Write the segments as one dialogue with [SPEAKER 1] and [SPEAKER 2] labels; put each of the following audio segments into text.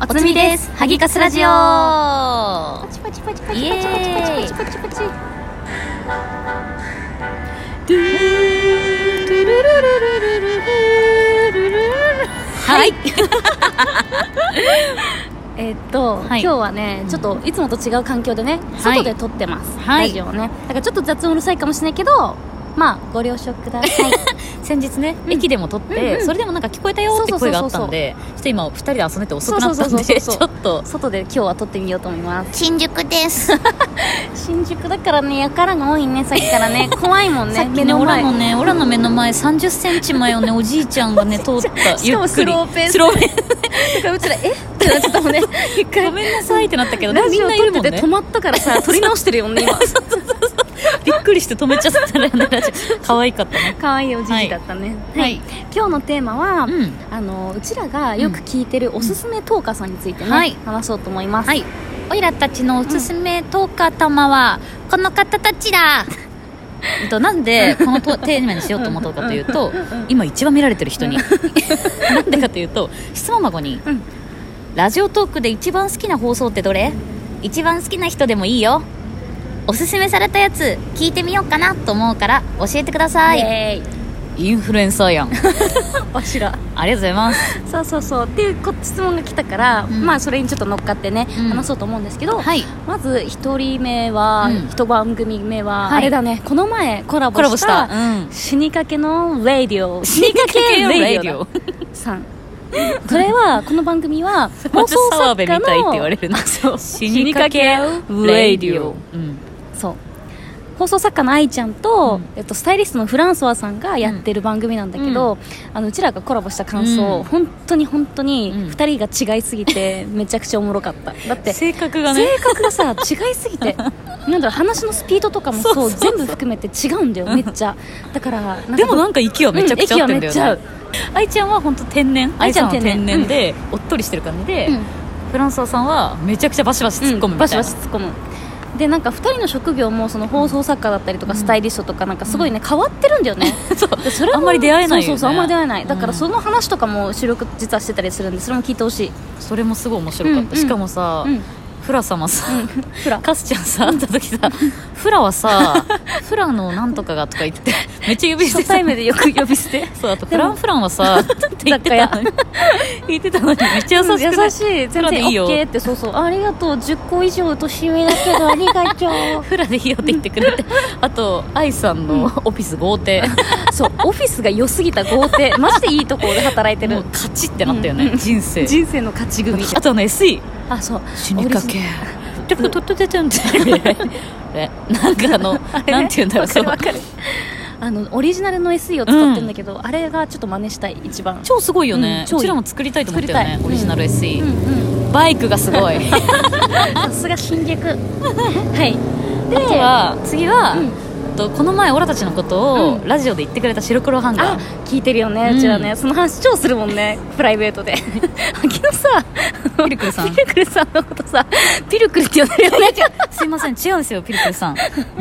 [SPEAKER 1] おつみですハギカスラジオ
[SPEAKER 2] パチパチパチパチ
[SPEAKER 1] イエ
[SPEAKER 2] パチ
[SPEAKER 1] ー
[SPEAKER 2] パ
[SPEAKER 1] イ
[SPEAKER 2] チパチパチパチパチ
[SPEAKER 1] はい
[SPEAKER 2] えっと、
[SPEAKER 1] はい
[SPEAKER 2] 今日はねちょっといつもと違う環境でね
[SPEAKER 1] はい
[SPEAKER 2] 外で撮ってます、
[SPEAKER 1] はい
[SPEAKER 2] ラジオをねだからちょっと雑音うるさいかもしれないけどまあご了承くだ さい
[SPEAKER 1] 先日ね、駅でも撮って、
[SPEAKER 2] うんうん
[SPEAKER 1] それでもなんか聞こえたよって
[SPEAKER 2] そうそうそうそう
[SPEAKER 1] 声があったんでちょっと今2人で遊んでて遅くなったんで
[SPEAKER 2] そうそうそう
[SPEAKER 1] ち
[SPEAKER 2] そう
[SPEAKER 1] ょっと
[SPEAKER 2] 外で今日は撮ってみようと思います
[SPEAKER 1] 新宿です、
[SPEAKER 2] 新宿だからねやからが多いねさっきから ね怖いもんね
[SPEAKER 1] さっきねオラのねオラの目の前3 0センチ前を ねおじいちゃんがね通った
[SPEAKER 2] し
[SPEAKER 1] ゆ
[SPEAKER 2] かも
[SPEAKER 1] っく
[SPEAKER 2] ス
[SPEAKER 1] り
[SPEAKER 2] ローペース
[SPEAKER 1] ローペー
[SPEAKER 2] だからうちらえってなっちゃったもんね 一
[SPEAKER 1] ス
[SPEAKER 2] 回
[SPEAKER 1] ごめんなさいってなったけどね
[SPEAKER 2] ラ
[SPEAKER 1] み
[SPEAKER 2] ジ
[SPEAKER 1] ん
[SPEAKER 2] オ
[SPEAKER 1] ないる
[SPEAKER 2] 撮っ
[SPEAKER 1] もん
[SPEAKER 2] て
[SPEAKER 1] ね
[SPEAKER 2] て止まったからさ撮り直してるよね 今
[SPEAKER 1] びっくりして止めちゃったねラジオ可愛かったね
[SPEAKER 2] 可愛いおじいだったね、
[SPEAKER 1] はいはい
[SPEAKER 2] 今日のテーマは、
[SPEAKER 1] うん
[SPEAKER 2] あのうちらがよく聞いてるおすすめトーカさんについてね、
[SPEAKER 1] はい
[SPEAKER 2] 話そうと思います、
[SPEAKER 1] はいおいらたちのおすすめトーカー玉はこの方たちだえっとなんでこのとテーマにしようと思ったかというと今一番見られてる人 になんでかというと質問孫に
[SPEAKER 2] うん
[SPEAKER 1] 「ラジオトークで一番好きな放送ってどれ一番好きな人でもいいよ」おすすめされたやつ聞いてみようかなと思うから教えてくださ
[SPEAKER 2] イ
[SPEAKER 1] い
[SPEAKER 2] エーイ
[SPEAKER 1] インフルエンサーやんありがと
[SPEAKER 2] わしら
[SPEAKER 1] うございます
[SPEAKER 2] そうそうそうっていうこ質問が来たから、
[SPEAKER 1] うん
[SPEAKER 2] まあそれにちょっと乗っかってね、
[SPEAKER 1] うん
[SPEAKER 2] 話そうと思うんですけど、
[SPEAKER 1] はい
[SPEAKER 2] まず一人目は、
[SPEAKER 1] うん
[SPEAKER 2] 一番組目は、
[SPEAKER 1] はい
[SPEAKER 2] あれだねこの前コラボ
[SPEAKER 1] コラボ
[SPEAKER 2] し
[SPEAKER 1] したた、うん、
[SPEAKER 2] 死にかけのレディ オ死にかけ
[SPEAKER 1] レ
[SPEAKER 2] レデ
[SPEAKER 1] イ
[SPEAKER 2] ィ
[SPEAKER 1] ディ
[SPEAKER 2] オ
[SPEAKER 1] オ
[SPEAKER 2] さんこれはこの番組 は放送
[SPEAKER 1] 澤
[SPEAKER 2] 作
[SPEAKER 1] 部み
[SPEAKER 2] 家の
[SPEAKER 1] たいって言われるな死にかけレ
[SPEAKER 2] レ
[SPEAKER 1] イ
[SPEAKER 2] イ
[SPEAKER 1] デ
[SPEAKER 2] デ
[SPEAKER 1] ィ
[SPEAKER 2] ィ
[SPEAKER 1] オ
[SPEAKER 2] オ、
[SPEAKER 1] うん、
[SPEAKER 2] そう放送作家の愛ちゃんと、
[SPEAKER 1] う
[SPEAKER 2] えっと、スタイリストのフランソワさんがやってる番組なんだけど、
[SPEAKER 1] う
[SPEAKER 2] あのうちらがコラボした感想、
[SPEAKER 1] うん
[SPEAKER 2] 本当に本当に
[SPEAKER 1] うん
[SPEAKER 2] 2人が違いすぎ てめちゃくちゃおもろかっただって
[SPEAKER 1] 性格がね
[SPEAKER 2] 性格がさ違いすぎ てなんだろう話のスピードとかもそう
[SPEAKER 1] そうそう
[SPEAKER 2] 全部含めて違うんだよめっちゃだからなんか
[SPEAKER 1] でもなんか息はめちゃくちゃ合ってんだ
[SPEAKER 2] うん息はめ
[SPEAKER 1] よ
[SPEAKER 2] っ
[SPEAKER 1] ね
[SPEAKER 2] ち
[SPEAKER 1] 愛ちゃんは本当天然愛
[SPEAKER 2] 愛
[SPEAKER 1] ち
[SPEAKER 2] ち
[SPEAKER 1] ゃ
[SPEAKER 2] ゃ
[SPEAKER 1] ん
[SPEAKER 2] ん
[SPEAKER 1] は
[SPEAKER 2] は
[SPEAKER 1] 天
[SPEAKER 2] 天然
[SPEAKER 1] 然で、おっとりしてる感じで、
[SPEAKER 2] うん
[SPEAKER 1] フランスワさんはめちゃくちゃバシバシ突っ込むみたいな、
[SPEAKER 2] バシバシ突っ込むでなんか2人の職業もその放送作家だったりとか、
[SPEAKER 1] うん
[SPEAKER 2] スタイリストとかなんかすごいね、変わってるんだよねでそれも
[SPEAKER 1] あんまり出会えないよね
[SPEAKER 2] そうそうそうあんまり出会えないだか
[SPEAKER 1] うん
[SPEAKER 2] らその話とかも収録実はしてたりするんでそれも聞いてほしい、
[SPEAKER 1] それもすごい面白かった、
[SPEAKER 2] うん
[SPEAKER 1] しかもさ、
[SPEAKER 2] うん、
[SPEAKER 1] フラ様さ、
[SPEAKER 2] フラ
[SPEAKER 1] カスちゃんさ会った時 さフラはさフラのなんとかがとか言ってめっちゃ指して
[SPEAKER 2] 初
[SPEAKER 1] さ
[SPEAKER 2] 対面でよく呼び捨て
[SPEAKER 1] そうあとフ
[SPEAKER 2] で
[SPEAKER 1] ラ
[SPEAKER 2] も
[SPEAKER 1] ンフランはさって言ってたのに言ってたのにめっちゃ優しく
[SPEAKER 2] 優
[SPEAKER 1] ない
[SPEAKER 2] しい全然
[SPEAKER 1] フラでいいよ
[SPEAKER 2] OK ってそうそうありがとう10個以上年上だけどありがとう
[SPEAKER 1] フラでいいよって言ってくれて、あと愛さんのオフィス豪邸、
[SPEAKER 2] そうオフィスが良すぎた豪邸マジでいいところで働いて
[SPEAKER 1] も
[SPEAKER 2] る
[SPEAKER 1] う勝ちってなったよね、
[SPEAKER 2] うんうん
[SPEAKER 1] 人生
[SPEAKER 2] 人生の勝ち組
[SPEAKER 1] あとあの SE
[SPEAKER 2] あそう
[SPEAKER 1] 死にか
[SPEAKER 2] オリジ
[SPEAKER 1] け
[SPEAKER 2] ナル
[SPEAKER 1] ちょっととっとてちゃんって えなんかあの
[SPEAKER 2] れ
[SPEAKER 1] なんて言うんだろう
[SPEAKER 2] わかる
[SPEAKER 1] そう
[SPEAKER 2] わかるあのオリジナルの SE を使ってるんだけど、あれがちょっと真似したい一番
[SPEAKER 1] 超すごいよね
[SPEAKER 2] うん、
[SPEAKER 1] う
[SPEAKER 2] 超いい
[SPEAKER 1] ちらも作りたいと思ったよね
[SPEAKER 2] 作りたい
[SPEAKER 1] オリジナル SE、
[SPEAKER 2] うんうん
[SPEAKER 1] バイクがすごいあ
[SPEAKER 2] さすが新宿はいで
[SPEAKER 1] とは次は、
[SPEAKER 2] うん
[SPEAKER 1] とこの前オラたちのことを、
[SPEAKER 2] うん
[SPEAKER 1] ラジオで言ってくれた白黒ハンガ
[SPEAKER 2] あ
[SPEAKER 1] ー
[SPEAKER 2] 聞いてるよね
[SPEAKER 1] うん
[SPEAKER 2] うちらね、その話超するもんねプライベート で秋のさ
[SPEAKER 1] ピルクルさん
[SPEAKER 2] ピルクルさんのことさピルクルって呼んでるよ ね
[SPEAKER 1] すいません違うんですよピルクルさん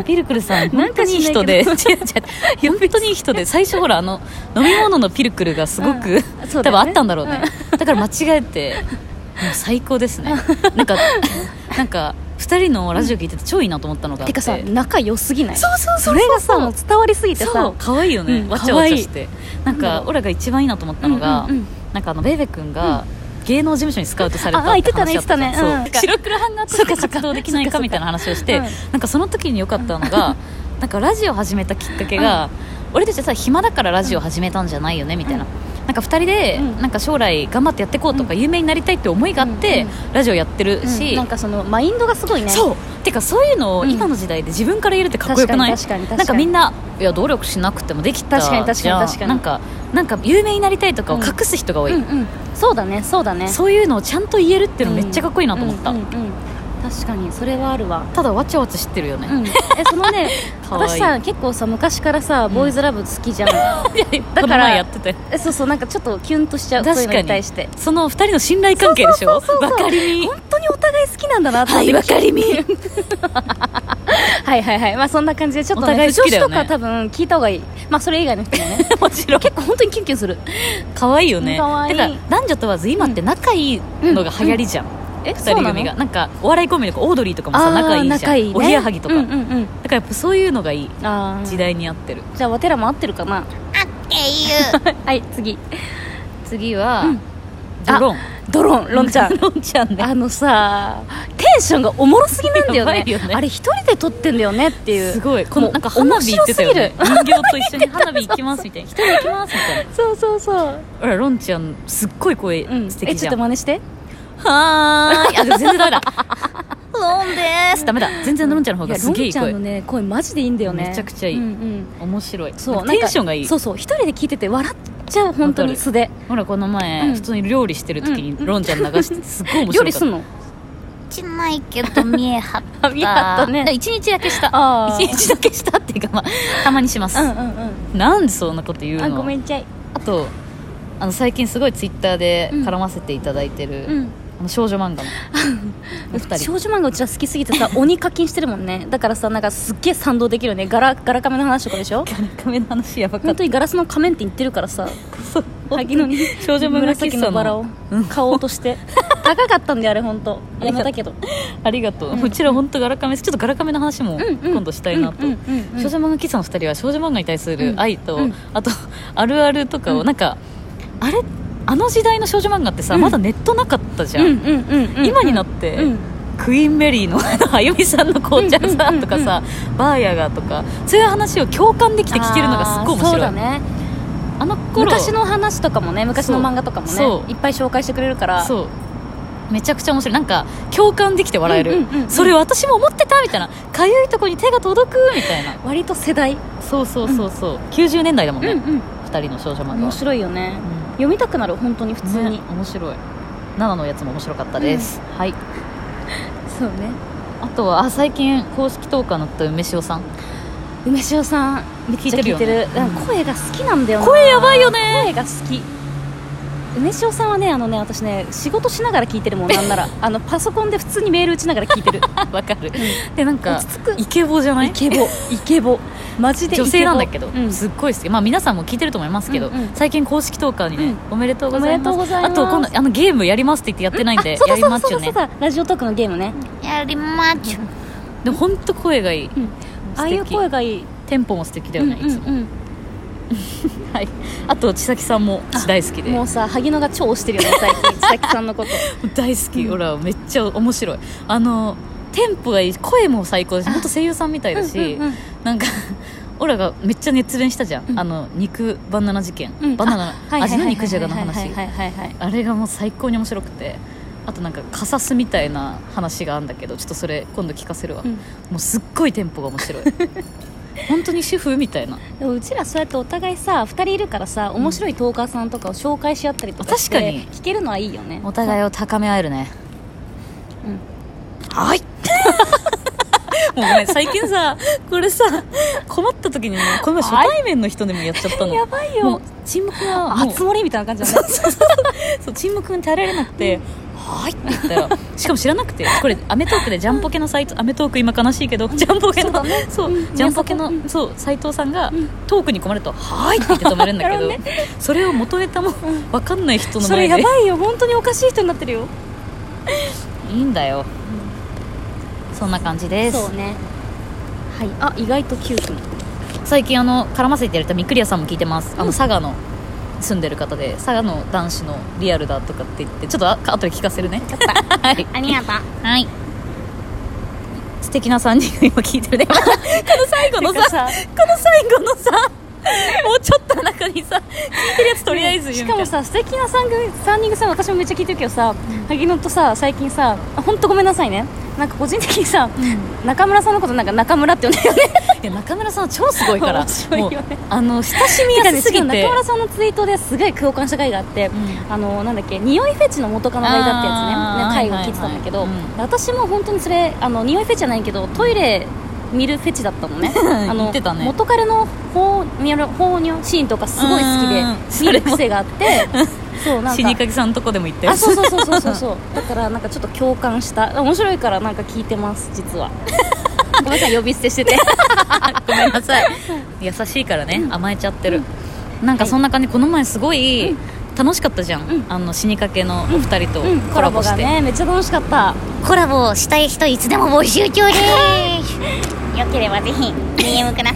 [SPEAKER 1] ピルクルさん
[SPEAKER 2] なん
[SPEAKER 1] 本当
[SPEAKER 2] か
[SPEAKER 1] にいい
[SPEAKER 2] しないけど
[SPEAKER 1] 人で違う違う本当にいい人で最初ほらあの飲み物のピルクルがすごく、
[SPEAKER 2] うんそうだよね
[SPEAKER 1] 多分あったんだろうね、だから間違えてもう最高で すねなんかなんか2人のラジオ聞いてて超いいなと思ったのがあってて
[SPEAKER 2] かさ仲良すぎない
[SPEAKER 1] そうそう
[SPEAKER 2] そ
[SPEAKER 1] そう
[SPEAKER 2] れがさもう伝わりすぎて
[SPEAKER 1] そう
[SPEAKER 2] さ
[SPEAKER 1] 可愛いよね、
[SPEAKER 2] うん
[SPEAKER 1] わちゃわちゃしてなん
[SPEAKER 2] なんだ
[SPEAKER 1] か
[SPEAKER 2] ろう
[SPEAKER 1] オラが一番いいなと思ったの
[SPEAKER 2] う
[SPEAKER 1] が、
[SPEAKER 2] んうんうん
[SPEAKER 1] なんかあのベベ君が、芸能事務所にスカウトされた
[SPEAKER 2] ああ言ってたね
[SPEAKER 1] 話だ
[SPEAKER 2] 言ってたねうん
[SPEAKER 1] そう白黒ハンガーとか活動できないかみたいな話をして、
[SPEAKER 2] うん
[SPEAKER 1] なんかその時に良かったのが、なんかラジオ始めたきっかけが、俺たちさ暇だからラジオ始めたんじゃないよねみたいな、なんか2人で、
[SPEAKER 2] うん
[SPEAKER 1] なんか将来頑張ってやっていこうとか、有名になりたいって思いがあって、
[SPEAKER 2] うん
[SPEAKER 1] ラジオやってるし、
[SPEAKER 2] うんなんかそのマインドがすごいね
[SPEAKER 1] そうてかそういうのを
[SPEAKER 2] うん
[SPEAKER 1] 今の時代で自分から言えるってかっこよくない
[SPEAKER 2] 確かに確かに確かに
[SPEAKER 1] なんかみんないや努力しなくてもできた
[SPEAKER 2] 確かに確かに
[SPEAKER 1] じゃん
[SPEAKER 2] 確かに
[SPEAKER 1] なんかなんか有名になりたいとかを
[SPEAKER 2] うん
[SPEAKER 1] 隠す人が多い、
[SPEAKER 2] うんうんそうだねそうだね
[SPEAKER 1] そういうのをちゃんと言えるっていうのめっちゃかっこいいなと思った、
[SPEAKER 2] うんうんうんうん確かにそれはあるわ、
[SPEAKER 1] ただわちゃわちゃ知ってるよね、
[SPEAKER 2] うん、えそのね
[SPEAKER 1] かわい
[SPEAKER 2] 私
[SPEAKER 1] い
[SPEAKER 2] さ結構さ昔からさボーイズラブ好きじゃん、
[SPEAKER 1] いや
[SPEAKER 2] だから
[SPEAKER 1] この前やってたよ
[SPEAKER 2] えそうそうなんかちょっとキュンとしちゃうそういうのに対して
[SPEAKER 1] その二人の信頼関係でしょ
[SPEAKER 2] そうそうそうそう
[SPEAKER 1] わかりみ
[SPEAKER 2] 本当にお互い好きなんだなって
[SPEAKER 1] はいわかりみ
[SPEAKER 2] はいはいはいまあそんな感じでちょっと
[SPEAKER 1] お
[SPEAKER 2] ね
[SPEAKER 1] 互い
[SPEAKER 2] 不女
[SPEAKER 1] 好き
[SPEAKER 2] 子
[SPEAKER 1] だよ
[SPEAKER 2] と
[SPEAKER 1] ね
[SPEAKER 2] か多分聞いた方がいいまあそれ以外の人もね
[SPEAKER 1] もちろん
[SPEAKER 2] 結構本当にキュンキュンする
[SPEAKER 1] 可愛いよね
[SPEAKER 2] 可愛い
[SPEAKER 1] だから男女問わず今って仲いいのが流行りじゃん、
[SPEAKER 2] え
[SPEAKER 1] 二人組がなんかお笑いコンビとかオードリーとかも
[SPEAKER 2] あ
[SPEAKER 1] さ
[SPEAKER 2] ー
[SPEAKER 1] 仲いいじゃん
[SPEAKER 2] 仲いいね
[SPEAKER 1] おぎやはぎとか、
[SPEAKER 2] うん
[SPEAKER 1] だ
[SPEAKER 2] う
[SPEAKER 1] か
[SPEAKER 2] んうん
[SPEAKER 1] らやっぱそういうのがいい
[SPEAKER 2] あー
[SPEAKER 1] 時代に合ってる、
[SPEAKER 2] じゃあわてらも合ってるかな
[SPEAKER 1] っていう
[SPEAKER 2] はい次
[SPEAKER 1] 次は、
[SPEAKER 2] うん
[SPEAKER 1] ドロン
[SPEAKER 2] ドロンロンち ゃん
[SPEAKER 1] ロンちゃんね
[SPEAKER 2] あのさテンションがおもろすぎなんだよね
[SPEAKER 1] やばいよね
[SPEAKER 2] あれ一人で撮ってんだよねっていう
[SPEAKER 1] すごいこの
[SPEAKER 2] もう
[SPEAKER 1] なんか花火行ってたよね
[SPEAKER 2] 面
[SPEAKER 1] 人形と一緒に花火行きます みたいな一人行きますみたいな
[SPEAKER 2] そうそうそう、
[SPEAKER 1] ほらロンちゃんすっごい声
[SPEAKER 2] うん、
[SPEAKER 1] 素
[SPEAKER 2] え
[SPEAKER 1] 敵
[SPEAKER 2] ち
[SPEAKER 1] じ
[SPEAKER 2] ょっ
[SPEAKER 1] ゃん、
[SPEAKER 2] と真似して
[SPEAKER 1] はーいあでも全然ダメだロンでーすダメだ全然ロンちゃんの方が
[SPEAKER 2] いや
[SPEAKER 1] すげえい
[SPEAKER 2] ロン
[SPEAKER 1] い
[SPEAKER 2] ち
[SPEAKER 1] 声
[SPEAKER 2] ゃんのね声マジでいいんだよね
[SPEAKER 1] めちゃくちゃいい
[SPEAKER 2] うんうん、
[SPEAKER 1] 面白い
[SPEAKER 2] そう
[SPEAKER 1] テンションがいい
[SPEAKER 2] そうそう一人で聞いてて笑っちゃう本当に素で
[SPEAKER 1] ほらこの前、
[SPEAKER 2] うん
[SPEAKER 1] 普通に料理してる時
[SPEAKER 2] う
[SPEAKER 1] に
[SPEAKER 2] ん
[SPEAKER 1] ロンちゃん流しててすっごい面白かった
[SPEAKER 2] 料理すんの
[SPEAKER 1] しないけど 見えはっ
[SPEAKER 2] あ見え張ったね
[SPEAKER 1] 1日だけした
[SPEAKER 2] あ
[SPEAKER 1] 1日だけしたっていうかまあ たまにします、
[SPEAKER 2] うんうんうん
[SPEAKER 1] なんでそんなこと言うの
[SPEAKER 2] あごめんちゃい
[SPEAKER 1] あとあの最近すごいツイッターで
[SPEAKER 2] うん
[SPEAKER 1] 絡ませていただいてる、
[SPEAKER 2] うん
[SPEAKER 1] あの少女漫 画のお二
[SPEAKER 2] 少
[SPEAKER 1] 人
[SPEAKER 2] 女漫画うちら好きすぎて さ鬼課金してるもんねだからさなんかすっげえ賛同できるよねガラガラカメの話とかで しょ
[SPEAKER 1] ガラカメの話やばかっ
[SPEAKER 2] 本
[SPEAKER 1] た
[SPEAKER 2] 当にガラスの仮面って言ってるからさ萩野に
[SPEAKER 1] 少女漫画喫
[SPEAKER 2] 紫
[SPEAKER 1] 茶
[SPEAKER 2] の
[SPEAKER 1] の
[SPEAKER 2] バラを買おうとして 高かったんであれ本当
[SPEAKER 1] あり
[SPEAKER 2] や
[SPEAKER 1] が
[SPEAKER 2] め
[SPEAKER 1] とう
[SPEAKER 2] たけど
[SPEAKER 1] ありがとう、
[SPEAKER 2] うん
[SPEAKER 1] うちら本当ガラカメちょっとガラカメの話も
[SPEAKER 2] うんうん
[SPEAKER 1] 今度したいなと、
[SPEAKER 2] うんうんうんうん
[SPEAKER 1] 少女漫画喫茶の二人は少女漫画に対する愛と、
[SPEAKER 2] うんうん
[SPEAKER 1] あとあるあるとかをなんか、あれあの時代の少女漫画ってさ、
[SPEAKER 2] うん
[SPEAKER 1] まだネットなかったじゃん、
[SPEAKER 2] うんうんうんうん
[SPEAKER 1] 今になって、
[SPEAKER 2] うん
[SPEAKER 1] クイーンメリーのあのあゆみさんの紅茶さ
[SPEAKER 2] うんうんうんうん
[SPEAKER 1] とかさ、バーヤガーとかそういう話を共感できて聞けるのがすっごい面白
[SPEAKER 2] あー
[SPEAKER 1] い
[SPEAKER 2] そうだね
[SPEAKER 1] あの頃
[SPEAKER 2] 昔の話とかもね昔の漫画とかも
[SPEAKER 1] そうそう
[SPEAKER 2] ねいっぱい紹介してくれるから
[SPEAKER 1] そうめちゃくちゃ面白いなんか共感できて笑える、
[SPEAKER 2] うんうんうんうん
[SPEAKER 1] それ私も思ってたみたいなかゆいとこに手が届くみたいな
[SPEAKER 2] 割と世代
[SPEAKER 1] そうそうそうそう、90年代だもんね、
[SPEAKER 2] うん
[SPEAKER 1] 二人の少女漫画
[SPEAKER 2] 面白いよね読みたくなる本当に普
[SPEAKER 1] うん
[SPEAKER 2] 通に
[SPEAKER 1] ね面白い7のやつも面白かったです、はい
[SPEAKER 2] そうね
[SPEAKER 1] あとはあ最近公式トーカーのった梅塩さん
[SPEAKER 2] 梅塩さんめっちゃ聞いてる
[SPEAKER 1] 聞いてるよね
[SPEAKER 2] でも声が好きなんだよな
[SPEAKER 1] 声やばいよね
[SPEAKER 2] 声が好き梅塩さんはねあのね私ね仕事しながら聞いてるもんなんな らあのパソコンで普通にメール打ちながら聞いてる
[SPEAKER 1] わかるでなんか
[SPEAKER 2] 落ち着く
[SPEAKER 1] イケボじゃない
[SPEAKER 2] イケボ イケボマジでイケボ
[SPEAKER 1] 女性なんだけど、
[SPEAKER 2] うん
[SPEAKER 1] すっごい好き、まあ、皆さんも聞いてると思いますけど、
[SPEAKER 2] うんうん
[SPEAKER 1] 最近公式トーカーにね、おめでとうございます
[SPEAKER 2] おめでとうございます
[SPEAKER 1] あと今度あのゲームやりますって言ってやってないんで、
[SPEAKER 2] あそう
[SPEAKER 1] や
[SPEAKER 2] だ
[SPEAKER 1] り
[SPEAKER 2] そう
[SPEAKER 1] ま
[SPEAKER 2] だ
[SPEAKER 1] っち
[SPEAKER 2] そ
[SPEAKER 1] ゅ
[SPEAKER 2] うだ
[SPEAKER 1] ね
[SPEAKER 2] そうだラジオトークのゲームね
[SPEAKER 1] やりまっちゅでも本当声がいい、
[SPEAKER 2] うんああいう声がいい
[SPEAKER 1] テンポも素敵だよね、いつも、
[SPEAKER 2] うんうんうん
[SPEAKER 1] はい、あと千咲さんも大好きで
[SPEAKER 2] もうさ萩野が超推してるよね最近千咲さんのこと
[SPEAKER 1] 大好き、
[SPEAKER 2] うん
[SPEAKER 1] 俺はめっちゃ面白いあのテンポがいい声も最高だし本当声優さんみたいだし、
[SPEAKER 2] うんうんうん
[SPEAKER 1] なんかオラがめっちゃ熱弁したじゃん、
[SPEAKER 2] うん
[SPEAKER 1] あの肉バナナ事件、
[SPEAKER 2] うん
[SPEAKER 1] バナナ
[SPEAKER 2] はいはい
[SPEAKER 1] 味
[SPEAKER 2] はい
[SPEAKER 1] の
[SPEAKER 2] はい
[SPEAKER 1] 肉じゃがの話
[SPEAKER 2] はいはいはいはい
[SPEAKER 1] あれがもう最高に面白くてあとなんかカサスみたいな話があるんだけどちょっとそれ今度聞かせるわ、
[SPEAKER 2] うん
[SPEAKER 1] もうすっごいテンポが 面白い本当に主婦みたいな
[SPEAKER 2] でもうちらそうやってお互いさ2人いるからさ面白いトーカーさんとかを紹介し合ったりとかして
[SPEAKER 1] 確かに
[SPEAKER 2] 聞けるのはいいよね
[SPEAKER 1] お互いを高め合えるね
[SPEAKER 2] うん
[SPEAKER 1] はい もうごめん最近さこれさ困った時にねこの前初対面の人でもやっちゃったの
[SPEAKER 2] やばい
[SPEAKER 1] も
[SPEAKER 2] よ
[SPEAKER 1] う沈黙がもう
[SPEAKER 2] 熱盛みたいな感じだね
[SPEAKER 1] そう沈黙に耐えられなくて「はい」って言った らしかも知らなくてこれ『アメトーーク』でジャンポケの斎藤『アメトーーク』今悲しいけどジャンポケ
[SPEAKER 2] そうだ
[SPEAKER 1] の
[SPEAKER 2] ね
[SPEAKER 1] そう
[SPEAKER 2] うん
[SPEAKER 1] ジャンポケ
[SPEAKER 2] う
[SPEAKER 1] の
[SPEAKER 2] ん
[SPEAKER 1] そう斎藤さんが
[SPEAKER 2] ん
[SPEAKER 1] トークに困ると「はい」って言って止めるんだけど
[SPEAKER 2] なるほ
[SPEAKER 1] それを元ネタも分かんない人 の
[SPEAKER 2] そ
[SPEAKER 1] 前
[SPEAKER 2] れや
[SPEAKER 1] で
[SPEAKER 2] ばいよ本当におかしい人になってるよ
[SPEAKER 1] いいんだよそんな感じです
[SPEAKER 2] そうねはいあ意外と9分
[SPEAKER 1] 最近あの絡ませてやるとみっくりやさんも聞いてますあ
[SPEAKER 2] う
[SPEAKER 1] の
[SPEAKER 2] ん
[SPEAKER 1] 佐賀の住んでる方で佐賀の男子のリアルだとかって言ってちょっとあ後で聞かせるねはい
[SPEAKER 2] ありがとう
[SPEAKER 1] はい。素敵な3人が今聞い てるね。この最後の
[SPEAKER 2] てか
[SPEAKER 1] さ、
[SPEAKER 2] さ
[SPEAKER 1] この最後のさ、もうちょっとの中にさ、聞いてるやつとりあえず言
[SPEAKER 2] し
[SPEAKER 1] うみた
[SPEAKER 2] か
[SPEAKER 1] いな。
[SPEAKER 2] もさ素敵な三組三人組さん私もめっちゃ聞いてるけどさ萩野とさ最近さ本当ごめんなさいねなんか個人的にさ、中村さんのことなんか中村って呼んでるよね
[SPEAKER 1] いや中村さんは超すごいから、
[SPEAKER 2] 面白いよね
[SPEAKER 1] もうあの、親しみやすすぎ
[SPEAKER 2] 中
[SPEAKER 1] て。
[SPEAKER 2] 村さんのツイートですごい共感した回があって、
[SPEAKER 1] ん
[SPEAKER 2] あのなんだっけ匂いフェチの元カノがいたって
[SPEAKER 1] あー
[SPEAKER 2] やつねね回を聞いてたんだけど、
[SPEAKER 1] はいはいはいうん
[SPEAKER 2] 私も本当にそれあの匂いフェチじゃないけどトイレ見るフェチだったのねあ
[SPEAKER 1] 言
[SPEAKER 2] の
[SPEAKER 1] ってたね
[SPEAKER 2] 元彼の放尿放尿シーンとかすごい好きで
[SPEAKER 1] うん
[SPEAKER 2] 見る癖があ ってそうなん
[SPEAKER 1] 死
[SPEAKER 2] か
[SPEAKER 1] にかけさんのとこでも行ったよ
[SPEAKER 2] あそうそうそう そうそうそうだからなんかちょっと共感した面白いからなんか聞いてます実はごめんなさい呼び捨てしてて
[SPEAKER 1] ごめんなさい優しいからね、甘えちゃってる、なんかそんな感じこの前すごい楽しかったじゃん、
[SPEAKER 2] うん
[SPEAKER 1] あの死にかけのお二人と
[SPEAKER 2] うん
[SPEAKER 1] コ
[SPEAKER 2] コ
[SPEAKER 1] ラ
[SPEAKER 2] ラ
[SPEAKER 1] ボ
[SPEAKER 2] ボ
[SPEAKER 1] し
[SPEAKER 2] が
[SPEAKER 1] て、
[SPEAKER 2] ねめっちゃ楽しかった
[SPEAKER 3] コラボしたい人いつでも募集中です。よければぜひ DM くだ さい。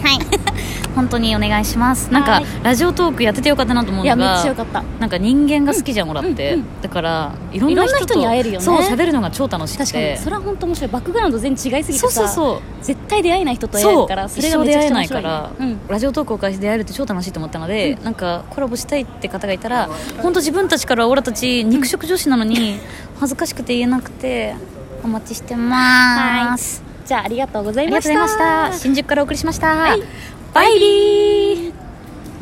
[SPEAKER 1] 本当にお願いしますなんか
[SPEAKER 2] はい
[SPEAKER 1] ラジオトークやっててよかったなと思う
[SPEAKER 2] い
[SPEAKER 1] の
[SPEAKER 2] やめっ
[SPEAKER 1] が
[SPEAKER 2] ちゃよかった
[SPEAKER 1] なんか人間が好きじゃん、もらって、
[SPEAKER 2] うん
[SPEAKER 1] だからいろんな人と
[SPEAKER 2] いろんな人に会えるよね
[SPEAKER 1] そう喋るのが超楽しくて
[SPEAKER 2] 確かにそれは本当面白いバックグラウンド全然違いすぎて
[SPEAKER 1] そ
[SPEAKER 2] さ
[SPEAKER 1] うそうそう
[SPEAKER 2] 絶対出会えない人と出会えるからそ
[SPEAKER 1] 一
[SPEAKER 2] れが
[SPEAKER 1] 生
[SPEAKER 2] め
[SPEAKER 1] 出
[SPEAKER 2] ちゃく
[SPEAKER 1] 会
[SPEAKER 2] ちゃ
[SPEAKER 1] えな
[SPEAKER 2] 面
[SPEAKER 1] いか
[SPEAKER 2] 白いね
[SPEAKER 1] ら、
[SPEAKER 2] うん
[SPEAKER 1] ラジオトークを介して出会えるって超楽しいと思ったので、なんかコラボしたいって方がいたら本当自分たちからオラたち肉食女子なのに恥ずかしくて言えなくてお待ちしてます
[SPEAKER 2] じゃあありがとうござ
[SPEAKER 1] あ
[SPEAKER 2] い
[SPEAKER 1] りが
[SPEAKER 2] ま
[SPEAKER 1] と
[SPEAKER 2] し
[SPEAKER 1] うございました
[SPEAKER 2] た
[SPEAKER 1] 新宿からお送りしました、
[SPEAKER 2] はい
[SPEAKER 1] バイビー